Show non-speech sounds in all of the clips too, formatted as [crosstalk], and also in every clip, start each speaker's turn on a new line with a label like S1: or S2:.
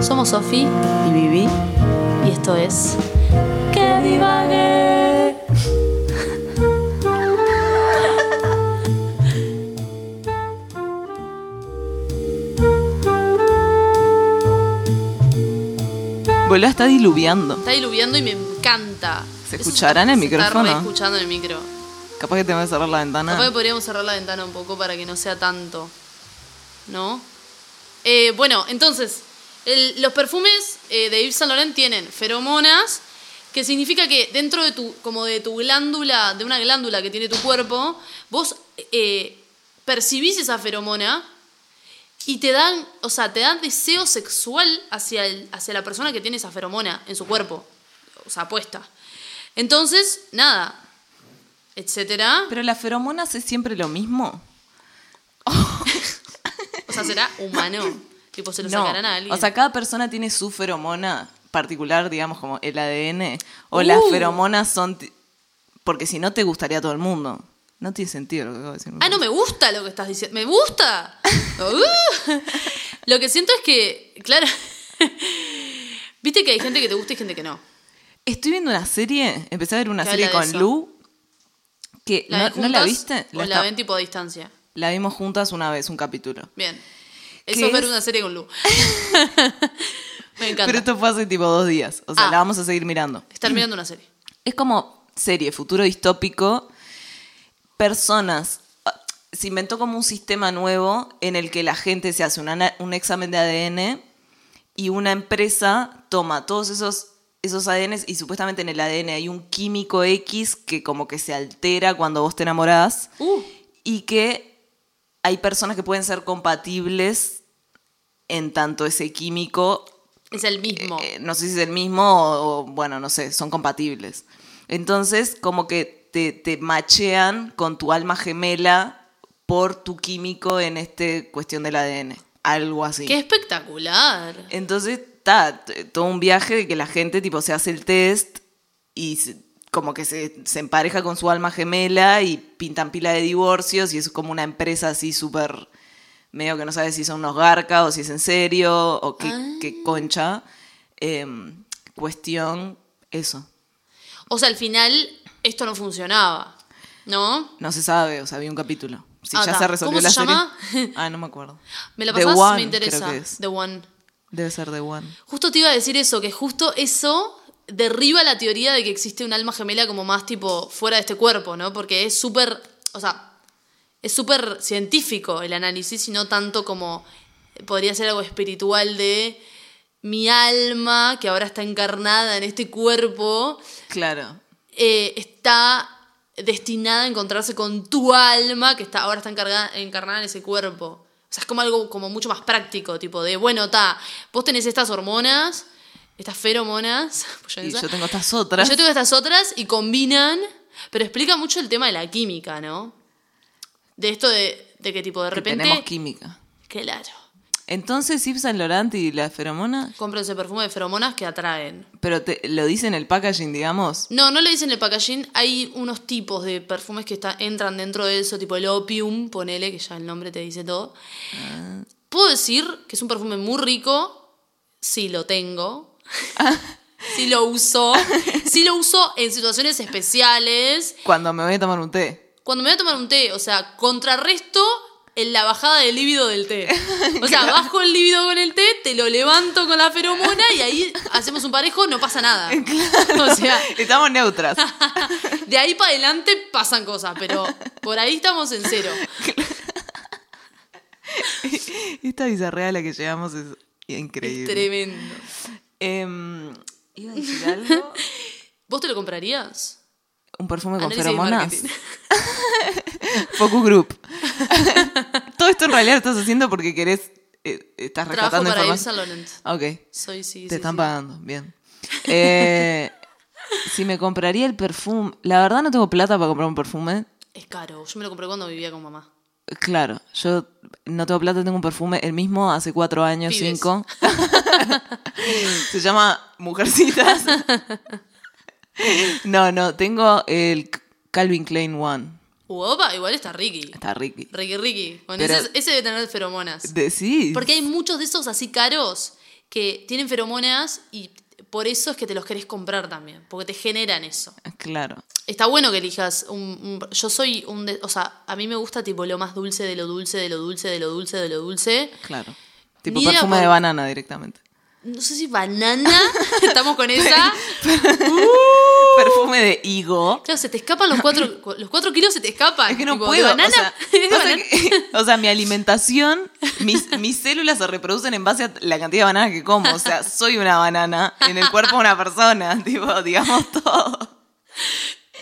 S1: Somos Sofi
S2: y viví.
S1: y esto es. ¡Que divague!
S2: Voló está diluviando.
S1: Está diluviando y me encanta.
S2: ¿Se escuchará en el
S1: se está
S2: micrófono?
S1: re escuchando en el micro.
S2: Capaz que tengo que cerrar la
S1: Capaz que
S2: ventana.
S1: podríamos cerrar la ventana un poco para que no sea tanto. ¿No? Eh, bueno, entonces, el- los perfumes eh, de Yves Saint Laurent tienen feromonas, que significa que dentro de tu, como de tu glándula, de una glándula que tiene tu cuerpo, vos eh, percibís esa feromona y te dan, o sea, te dan deseo sexual hacia, el- hacia la persona que tiene esa feromona en su cuerpo, o sea, puesta. Entonces, nada, etcétera.
S2: Pero la feromona hace siempre lo mismo.
S1: O sea, será
S2: [coughs]
S1: humano. tipo, se lo
S2: No.
S1: sacarán a alguien.
S2: O sea, cada persona tiene su feromona particular, digamos, como el ADN. O las
S1: Uh.
S2: feromonas son. ti- Porque si no, te gustaría a todo el mundo. No tiene sentido lo que acabo de decir.
S1: ah, no, me gusta lo que estás diciendo. ¡Me
S2: [laughs]
S1: gusta! Uh. Lo que siento es que, claro. [laughs] Viste que hay gente que te gusta y gente que no.
S2: Estoy viendo una serie. Empecé a ver una
S1: Que
S2: serie
S1: habla de
S2: con
S1: eso.
S2: Lu. Que
S1: ¿La
S2: no,
S1: ven
S2: ¿no la
S1: juntas
S2: viste?
S1: O
S2: La,
S1: la,
S2: esta-
S1: ven tipo a distancia.
S2: la vimos juntas una vez, un capítulo.
S1: Bien.
S2: ¿Qué
S1: Eso es ver
S2: es?
S1: una serie con
S2: [laughs]
S1: Lu. me encanta.
S2: Pero esto fue hace tipo dos días. O sea,
S1: Ah.
S2: la vamos a seguir mirando.
S1: Estar mirando una serie.
S2: Es como serie, futuro distópico. Personas. ah, Se inventó como un sistema nuevo en el que la gente se hace un ana- un examen de ADN y una empresa toma todos esos, esos ADNs y supuestamente en el ADN hay un químico X que como que se altera cuando vos te enamorás
S1: Uh,
S2: y que hay personas que pueden ser compatibles en tanto ese químico
S1: es el mismo.
S2: eh, no sé si es el mismo o, o, bueno, no sé, son compatibles. Entonces, como que te, te machean con tu alma gemela por tu químico en este cuestión del ADN, algo así.
S1: ¡Qué espectacular!
S2: Entonces, está t- todo un viaje de que la gente tipo se hace el test y se- como que se, se empareja con su alma gemela y pintan pila de divorcios y es como una empresa así súper medio que no sabes si son unos garca o si es en serio o qué,
S1: Ah.
S2: qué concha. Em, cuestión, eso.
S1: O sea, al final esto no funcionaba. ¿No?
S2: No se sabe, o sea, había un capítulo. Si
S1: Ah,
S2: ya
S1: ta.
S2: se resolvió
S1: ¿Cómo
S2: la
S1: se
S2: serie-
S1: llama?
S2: Ah, no me acuerdo.
S1: ¿Me la
S2: The
S1: pasás?
S2: One,
S1: me interesa.
S2: creo que es.
S1: The One.
S2: Debe ser The One.
S1: Justo te iba a decir eso, que justo eso derriba la teoría de que existe un alma gemela como más tipo fuera de este cuerpo, ¿no? Porque es súper, o sea, es súper científico el análisis y no tanto como podría ser algo espiritual de mi alma, que ahora está encarnada en este cuerpo,
S2: Claro.
S1: eh, está destinada a encontrarse con tu alma, que está, ahora está encargada- encarnada en ese cuerpo. O sea, es como algo como mucho más práctico, tipo de, bueno, ta, vos tenés estas hormonas, estas feromonas, [laughs] pues yo
S2: Y
S1: esa-
S2: yo tengo estas
S1: y
S2: otras.
S1: yo tengo estas otras y combinan, pero explica mucho el tema de la química, ¿no? De esto de, de que tipo de
S2: que
S1: repente...
S2: tenemos química.
S1: claro.
S2: Entonces, Yves Saint Laurent y la feromona,
S1: Cómprense perfume de feromonas que atraen.
S2: pero te, lo dice en el packaging, digamos.
S1: No, no lo dicen en el packaging. Hay unos tipos de perfumes que está- entran dentro de eso, tipo el opium, ponele, que ya el nombre te dice todo. Puedo decir que es un perfume muy rico, si lo tengo, si lo uso, si lo uso en situaciones especiales,
S2: Cuando me voy a tomar un té.
S1: [laughs] cuando me voy a tomar un té, o sea, contrarresto en la bajada del líbido del té. O sea, bajo el líbido con el té, te lo levanto con la feromona y ahí hacemos un parejo, no pasa nada. O sea,
S2: [laughs] Estamos neutras.
S1: [laughs] de ahí para adelante pasan cosas, pero por ahí estamos en cero.
S2: Esta bizarrea a la que llegamos es
S1: Es
S2: increíble.
S1: tremendo.
S2: Em, ¿Iba a
S1: [laughs]
S2: decir algo?
S1: ¿Vos te lo comprarías?
S2: ¿Un perfume con
S1: Análisis de
S2: feromonas?
S1: marketing.
S2: [laughs]
S1: [laughs]
S2: Focus Group. Todo esto en realidad lo estás haciendo porque querés... eh, estás
S1: Trabajo
S2: rescatando
S1: para Yves
S2: información.
S1: Saint Laurent.
S2: Ok.
S1: Soy sí. sí,
S2: Te están
S1: sí.
S2: pagando, bien. Eh, [laughs] si me compraría el perfume... La verdad no tengo plata para comprar un perfume.
S1: Es caro. Yo me lo compré cuando vivía con mamá.
S2: Claro, yo no tengo plata, tengo un perfume, el mismo hace cuatro años,
S1: Pibes. [laughs]
S2: cinco. Se llama Mujercitas. no, no, tengo el Calvin Klein One.
S1: Opa, igual está Ricky.
S2: Está Ricky.
S1: Ricky Ricky. Bueno,
S2: Pero-
S1: ese, ese debe tener feromonas.
S2: De, sí.
S1: Porque hay muchos de esos así caros que tienen feromonas y por eso es que te los querés comprar también, porque te generan eso.
S2: Claro.
S1: Está bueno que elijas un, un- yo soy un de- o sea, a mí me gusta tipo lo más dulce de lo dulce de lo dulce de lo dulce de lo dulce.
S2: Claro. Tipo
S1: Ni idea
S2: perfume de
S1: cuál-
S2: banana directamente.
S1: No sé si banana, [laughs] estamos con
S2: [laughs]
S1: esa.
S2: Perfume de higo.
S1: Claro, se te escapan los cuatro, cu- los cuatro kilos se te escapan.
S2: Es que no
S1: Tipo, de
S2: puedo.
S1: banana-
S2: o, sea,
S1: [laughs] de
S2: pasa
S1: banana.
S2: que- o sea, mi alimentación, mis, mis células se reproducen en base a la cantidad de bananas que como. O sea, soy una banana en el cuerpo de una persona. [laughs] Tipo, digamos todo.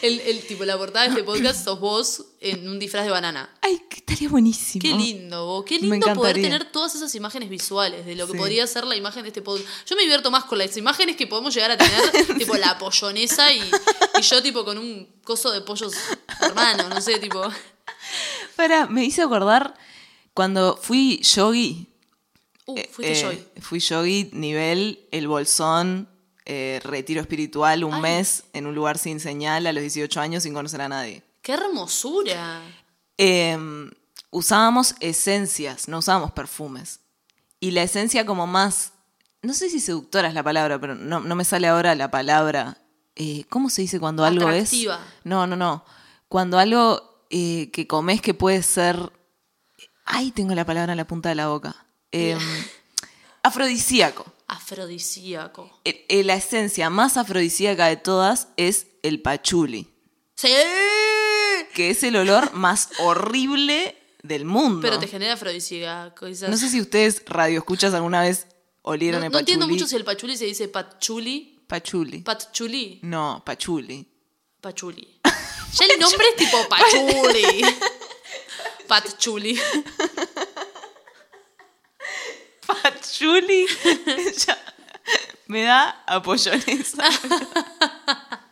S1: El, el tipo, la portada de este podcast sos vos en un disfraz de banana.
S2: Ay, que estaría buenísimo.
S1: Qué lindo, vos. Qué
S2: Me
S1: lindo poder
S2: encantaría.
S1: tener todas esas imágenes visuales de lo que
S2: Sí.
S1: podría ser la imagen de este podcast. Yo me divierto más con las imágenes que podemos llegar a
S2: [laughs]
S1: tener, tipo la pollonesa y, y yo, tipo, con un coso de pollos hermano, no sé, tipo.
S2: Para, me hice acordar cuando fui yogi.
S1: Uh,
S2: Eh,
S1: fuiste
S2: eh,
S1: yo.
S2: Fui yogi nivel el bolsón, eh, retiro espiritual, un
S1: Ay.
S2: mes en un lugar sin señal a los 18 años sin conocer a nadie.
S1: ¡Qué hermosura!
S2: Em, usábamos esencias, no usábamos perfumes. Y la esencia como más, no sé si seductora es la palabra, pero no, no me sale ahora la palabra. Eh, ¿Cómo se dice cuando algo
S1: Atractiva.
S2: es? No, no, no. Cuando algo eh, que comes que puede ser... Ay, tengo la palabra en la punta de la boca.
S1: [laughs]
S2: Em, afrodisíaco.
S1: Afrodisíaco.
S2: El- el- la esencia más afrodisíaca de todas es el pachuli,
S1: ¡Sí!
S2: que es el olor más horrible del mundo.
S1: Pero te genera afrodisíaco. quizás.
S2: No sé si ustedes radio escuchas alguna vez olieron
S1: No- no
S2: el pachuli.
S1: entiendo mucho si el pachuli se dice pachuli.
S2: Pachuli.
S1: Pachuli.
S2: no,
S1: [laughs]
S2: pachuli. [laughs]
S1: Pachuli. Ya el nombre es tipo Pachuli. Patchuli.
S2: Pachuli. [laughs] Ya. Me da apoyonesa.
S1: Ah,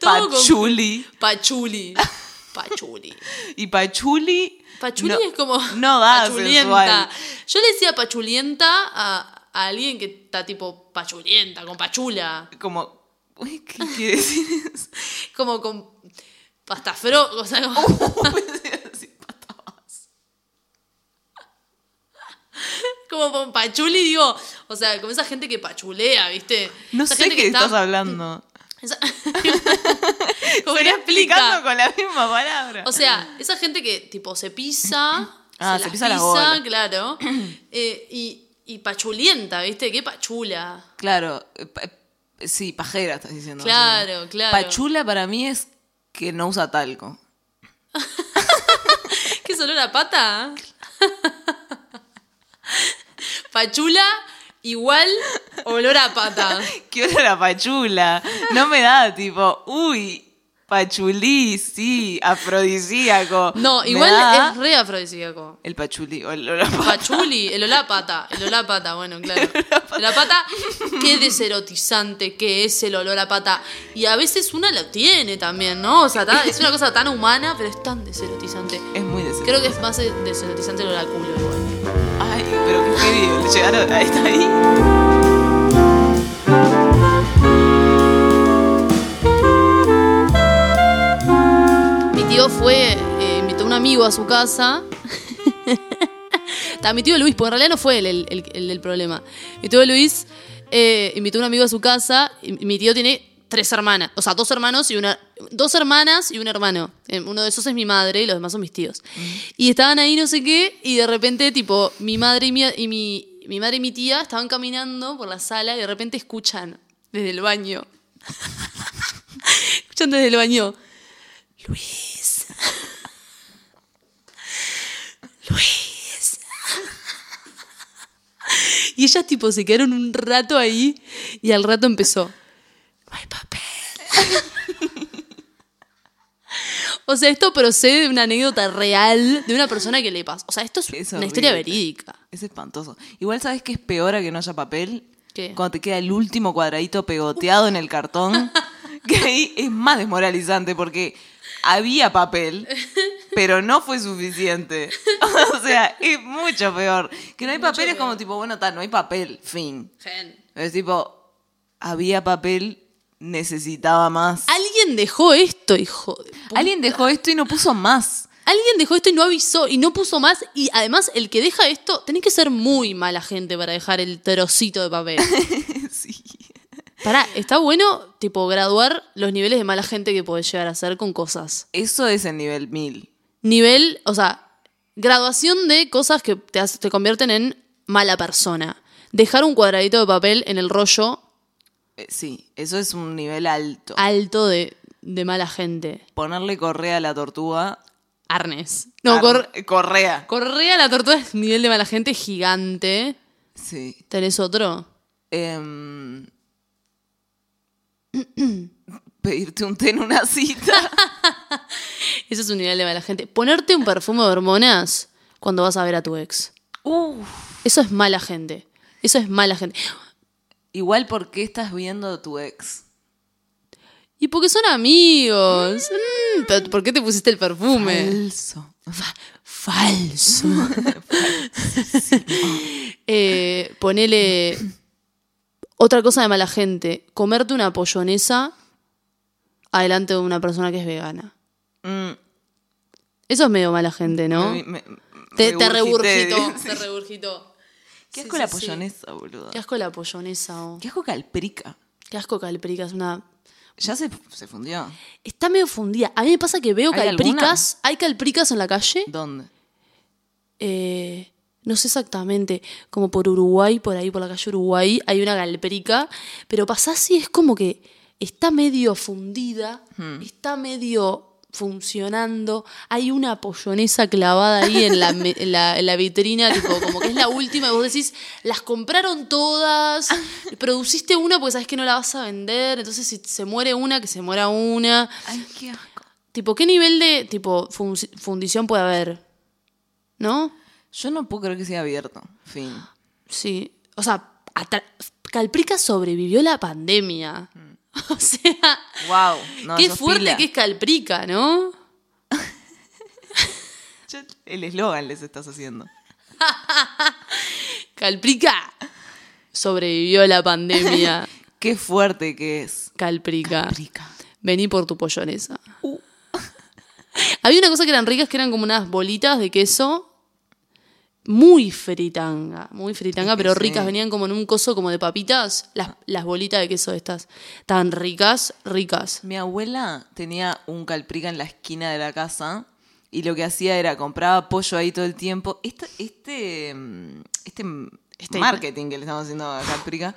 S1: Todo con-
S2: Pachuli.
S1: Pachuli. Pachuli.
S2: Y pachuli.
S1: Pachuli
S2: no-
S1: es como.
S2: No da
S1: pachulienta.
S2: sensual.
S1: Yo le decía pachulienta a, a alguien que está tipo pachulienta, con pachula.
S2: Como. uy, ¿Qué quiere decir [laughs] eso?
S1: Como con pasta fro. O sea, como- [laughs] como con pachuli, digo. O sea, como esa gente que pachulea, ¿viste?
S2: No
S1: Esa
S2: sé
S1: gente
S2: qué
S1: está-
S2: estás hablando.
S1: [laughs] esa- [laughs] como que no explica.
S2: Explicando con la misma palabra.
S1: O sea, esa gente que tipo se
S2: [clears throat]
S1: pisa.
S2: Ah, se pisa las bolas. [clears throat]
S1: claro. eh, y, y pachulienta, ¿viste? Qué pachula.
S2: Claro, eh, pa- eh, sí, pajera estás diciendo.
S1: Claro,
S2: Sí.
S1: claro.
S2: Pachula para mí es que no usa talco.
S1: ¿Qué es olor a pata? [laughs] pachula igual olor a
S2: [laughs]
S1: pata.
S2: ¿Qué hora la pachula? No me da tipo, uy, pachulí, sí, afrodisíaco.
S1: No,
S2: Me
S1: igual
S2: da
S1: es re afrodisíaco.
S2: El pachulí, o el olor a pa-
S1: Pachuli, el olor a pata, el olor a pata, bueno, claro. La pata, qué deserotizante que es el olor a pata. Y a veces una lo tiene también, ¿no? O sea, ta- es una cosa tan humana, pero es tan deserotizante.
S2: Es muy deseado.
S1: Creo que es más deserotizante el olor a culo igual.
S2: Ay, pero qué heavy, llegar a- hasta ahí.
S1: Mi tío fue, eh, invitó a un amigo a su casa. [laughs] Ta, mi tío Luis, porque en realidad no fue él el, el, el del problema. Mi tío Luis eh, invitó a un amigo a su casa. Y mi tío tiene tres hermanas, o sea, dos hermanos y una. Dos hermanas y un hermano. Eh, Uno de esos es mi madre y los demás son mis tíos. Y estaban ahí, no sé qué, y de repente, tipo, mi madre y mi, y mi, mi madre y mi tía estaban caminando por la sala y de repente escuchan desde el baño. escuchan desde el baño. Luis. [laughs] Luis. Y ellas tipo se quedaron un rato ahí y al rato empezó. No hay papel. [laughs] O sea, esto procede de una anécdota real de una persona que le pasó. O sea, esto es,
S2: Es
S1: una historia
S2: horrible.
S1: verídica.
S2: Es espantoso. Igual sabes que es peor a que no haya papel.
S1: ¿Qué?
S2: Cuando te queda el último cuadradito pegoteado en el cartón, que ahí es más desmoralizante porque había papel, pero no fue suficiente. [laughs] O sea, es mucho peor. Que no hay papel es como tipo, bueno, tal, no hay papel, fin.
S1: Gen.
S2: Pero es tipo, había papel, necesitaba más.
S1: Alguien dejó esto, hijo. de pu-
S2: Alguien dejó esto y no puso más.
S1: Alguien dejó esto y no avisó y no puso más. Y además, el que deja esto, tenés que ser muy mala gente para dejar el trocito de papel.
S2: Sí.
S1: Pará, está bueno, tipo, graduar los niveles de mala gente que podés llegar a ser con cosas.
S2: Eso es el nivel 1000.
S1: Nivel, o sea, graduación de cosas que te, hace- te convierten en mala persona. Dejar un cuadradito de papel en el rollo
S2: Eh, sí, eso es un nivel alto.
S1: alto de, de mala gente.
S2: Ponerle correa a la tortuga.
S1: Arnes. No,
S2: Ar-
S1: cor-
S2: correa.
S1: Correa la tortuga es nivel de mala gente gigante.
S2: Sí.
S1: ¿Tenés otro?
S2: Em, [clears throat] pedirte un té en una
S1: [laughs]
S2: cita.
S1: Ese es un nivel de mala gente. Ponerte un perfume de hormonas cuando vas a ver a tu ex.
S2: Uf.
S1: Eso es mala gente. Eso es mala gente. [gasps]
S2: Igual porque estás viendo a tu ex.
S1: Y porque son amigos. Mm, pero ¿Por qué te pusiste el perfume?
S2: Falso.
S1: Falso. [laughs] Eh, ponele otra cosa de mala gente. Comerte una pollonesa adelante de una persona que es vegana.
S2: Mm,
S1: Eso es medio mala gente, ¿no?
S2: me- me-
S1: Te,
S2: me
S1: te
S2: regurgité.
S1: regurgitó, te regurgitó.
S2: Qué
S1: Sí,
S2: asco la
S1: sí, sí.
S2: pollonesa, boludo.
S1: Qué asco la pollonesa. oh.
S2: Qué asco calprica.
S1: Qué asco calpricas. Una...
S2: Ya se, se fundió.
S1: Está medio fundida. A mí me pasa que veo
S2: ¿Hay
S1: calpricas. Hay calpricas en la calle.
S2: ¿Dónde?
S1: Eh, no sé exactamente. Como por Uruguay, por ahí, por la calle Uruguay, hay una calprica. Pero pasás y es como que está medio fundida. Está medio funcionando. Hay una pollonesa clavada ahí en la, me- en la- en la vitrina, tipo, como que es la última. Y vos decís, las compraron todas, produciste una porque sabés que no la vas a vender. Entonces, si se muere una, que se muera una.
S2: Ay, qué asco.
S1: Tipo, ¿qué nivel de tipo fun- fundición puede haber? ¿No?
S2: Yo no puedo creer que sea abierto. Fin.
S1: Sí. O sea, atra- Calprica sobrevivió la pandemia.
S2: Mm.
S1: [laughs] O sea,
S2: Wow.
S1: qué fuerte que es Calprica, ¿no?
S2: El eslogan les estás haciendo.
S1: Calprica sobrevivió la
S2: [laughs]
S1: pandemia.
S2: Qué fuerte que es.
S1: Calprica.
S2: Calprica.
S1: Vení por tu pollonesa.
S2: Uh,
S1: Había una cosa que eran ricas que eran como unas bolitas de queso. Muy fritanga, muy fritanga,
S2: Es que
S1: pero
S2: sí. Ah.
S1: ricas. Venían como en un coso como de papitas. Las, las bolitas de queso estas. Tan ricas, ricas.
S2: Mi abuela tenía un calprica en la esquina de la casa y lo que hacía era compraba pollo ahí todo el tiempo. Este, este, mm, este, mm,
S1: Este-
S2: marketing que le estamos haciendo a Calprica.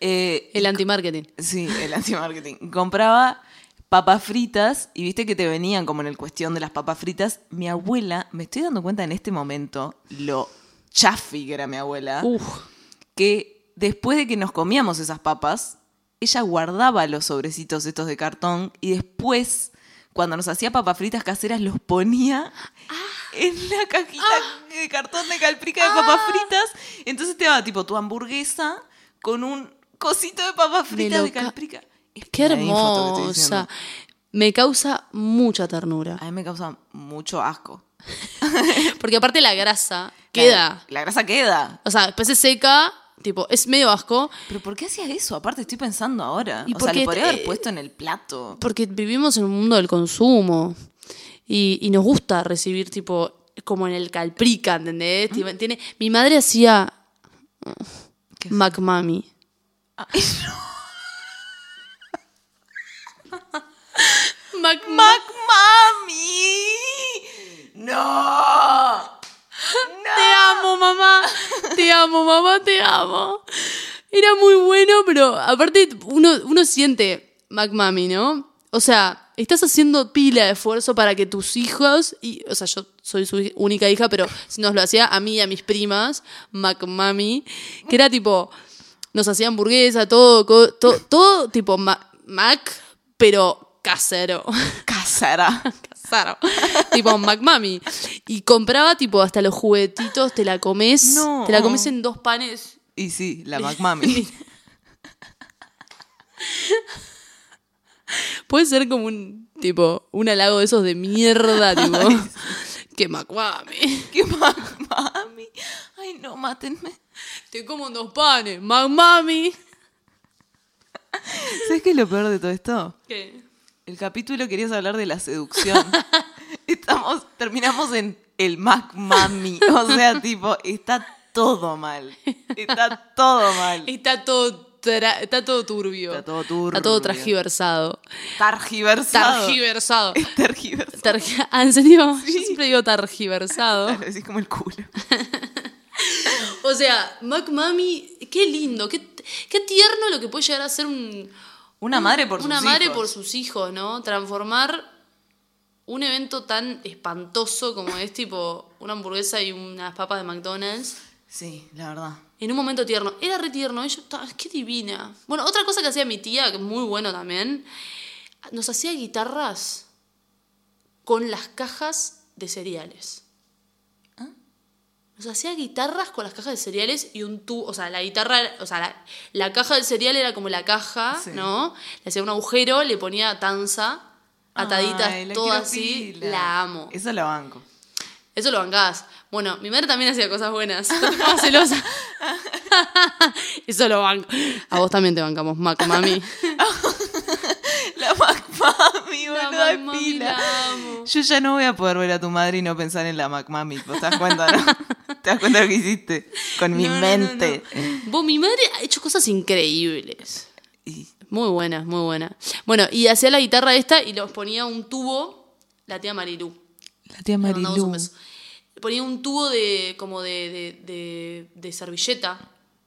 S2: eh,
S1: El anti-marketing.
S2: Sí, el anti-marketing. Compraba papas fritas y viste que te venían como en el cuestión de las papas fritas. Mi abuela, me estoy dando cuenta en este momento lo chafi que era mi abuela,
S1: Uf.
S2: que después de que nos comíamos esas papas, ella guardaba los sobrecitos estos de cartón y después, cuando nos hacía papas fritas caseras, los ponía
S1: Ah.
S2: en la cajita de cartón de calprica de papas
S1: Ah.
S2: fritas. Entonces te daba tipo tu hamburguesa con un cosito de papas fritas de,
S1: loca.
S2: calprica. Es
S1: Qué
S2: la info que te estoy diciendo.
S1: hermosa. Me causa mucha ternura.
S2: A mí me causa mucho asco.
S1: [laughs] Porque aparte la grasa queda.
S2: La, la grasa queda.
S1: O sea, después se seca. Tipo, es medio asco.
S2: Pero ¿por qué hacías eso? Aparte estoy pensando ahora.
S1: Y
S2: o sea,
S1: porque
S2: lo podría
S1: te-
S2: haber puesto en el plato.
S1: Porque vivimos en un mundo del consumo y, y nos gusta recibir tipo como en el calprica, ¿entendés?
S2: ¿Mm?
S1: Tipo, Tiene, mi madre hacía
S2: ¿Qué hacía?
S1: McMami. Ah. [laughs] McMami.
S2: ¡Mac Mami! ¡No!
S1: Te amo, mamá. Te amo, mamá, te amo. Era muy bueno, pero aparte uno, uno siente McMami, ¿no? O sea, estás haciendo pila de esfuerzo para que tus hijos, y, o sea, yo soy su hi- única hija, pero nos lo hacía a mí y a mis primas, McMami, que era tipo, nos hacía hamburguesa, todo, co- to- todo tipo ma- Mac, pero casero.
S2: Casara.
S1: Casaro. [laughs] tipo McMami. Y compraba tipo hasta los juguetitos, te la comes.
S2: No.
S1: Te la comes en dos panes.
S2: Y sí, la Mac [laughs] Mami.
S1: Puede ser como un tipo, un halago de esos de [laughs] mierda, tipo. que McMami.
S2: ¿Qué Mac Mami? Ay, no, mátenme.
S1: Te como en dos panes. McMami.
S2: ¿Sabes qué es lo peor de todo esto?
S1: ¿Qué?
S2: [laughs] El capítulo querías hablar de la seducción. Está- estamos, terminamos en el Mac Mami. O [laughs] sea, tipo, está todo mal. Está todo mal.
S1: Está todo, tra- está todo turbio.
S2: Está todo turbio.
S1: Está todo transgiversado. [laughs]
S2: Targiversado.
S1: Targiversado.
S2: Es targiversado.
S1: Targi- ah, ¿En serio? Yo siempre digo targiversado.
S2: Claro, decís como el culo.
S1: O sea, Mac Mami, qué lindo, qué, qué tierno lo que puede llegar a ser un,
S2: Una madre por sus
S1: una madre
S2: hijos.
S1: por sus hijos, ¿no? Transformar un evento tan espantoso como es, tipo una hamburguesa y unas papas de McDonald's,
S2: Sí, la verdad.
S1: en un momento tierno. Era re tierno, ella estaba, qué divina. Bueno, otra cosa que hacía mi tía, que es muy bueno también, nos hacía guitarras con las cajas de cereales.
S2: ¿Ah?
S1: Nos hacía guitarras con las cajas de cereales y un tubo, o sea, la guitarra, o sea, la, la caja del cereal era como la caja,
S2: Sí.
S1: ¿no? Le hacía un agujero, le ponía tanza, ataditas,
S2: Ay, la
S1: todo
S2: quiero
S1: así,
S2: pila.
S1: la amo.
S2: Eso
S1: [laughs]
S2: la banco.
S1: Eso lo bancás. Bueno, mi madre también hacía cosas buenas. No te pongas [laughs] celosa. Eso lo banco. A vos también te bancamos, Mac, mami.
S2: La Mac Mami,
S1: La
S2: boludo, de
S1: Mac Mami
S2: pila.
S1: la amo.
S2: Yo ya no voy a poder ver a tu madre y no pensar en la Mac Mami. ¿Vos te das
S1: [laughs]
S2: cuenta, no? ¿Te das cuenta lo que hiciste? Con mi
S1: No, no, no,
S2: mente.
S1: no. Vos, mi madre ha hecho cosas increíbles.
S2: Y
S1: Muy buenas, muy buenas. Bueno, y hacía la guitarra esta y los ponía un tubo, la tía Marilú.
S2: la tía
S1: Le mandamos un
S2: Marilu.
S1: beso. Ponía un tubo de como de, de, de- de servilleta,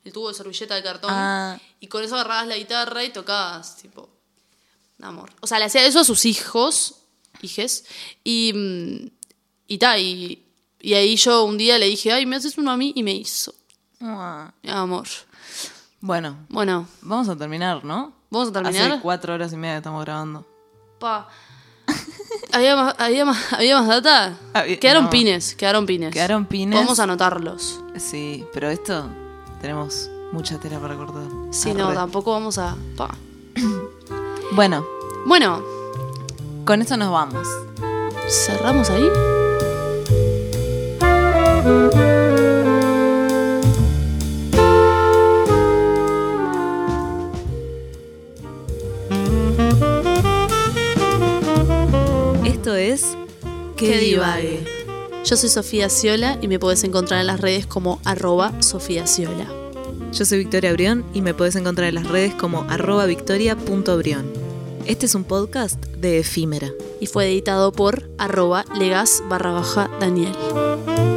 S1: el tubo de servilleta de cartón,
S2: Ah.
S1: y con eso agarrabas la guitarra y tocabas, tipo, un amor. O sea, le hacía eso a sus hijos, hijes, y, mm, y ta, y, y ahí yo un día le dije, ay, me haces uno a mí, y me hizo,
S2: Ah.
S1: amor.
S2: Bueno,
S1: Bueno,
S2: vamos a terminar, ¿no?
S1: vamos a
S2: Hace
S1: terminar.
S2: cuatro horas y media que estamos grabando.
S1: Pa. [laughs] ¿Había, más, había, más, ¿Había más data?
S2: Había-
S1: quedaron
S2: Ah, no.
S1: pines, quedaron pines.
S2: Quedaron pines.
S1: Vamos a anotarlos.
S2: Sí, pero esto tenemos mucha tela para cortar. Ah,
S1: Sí,
S2: Arre.
S1: no, tampoco vamos a. pa.
S2: Bueno,
S1: Bueno,
S2: con eso nos vamos.
S1: cerramos ahí.
S2: Esto es
S1: Que divague. Yo soy Sofía Ciola y me podés encontrar en las redes como arroba Sofía Ciola.
S2: Yo soy Victoria Brión y me puedes encontrar en las redes como arroba victoria.brión. Este es un podcast de Efímera.
S1: Y fue editado por arroba legas barra baja Daniel.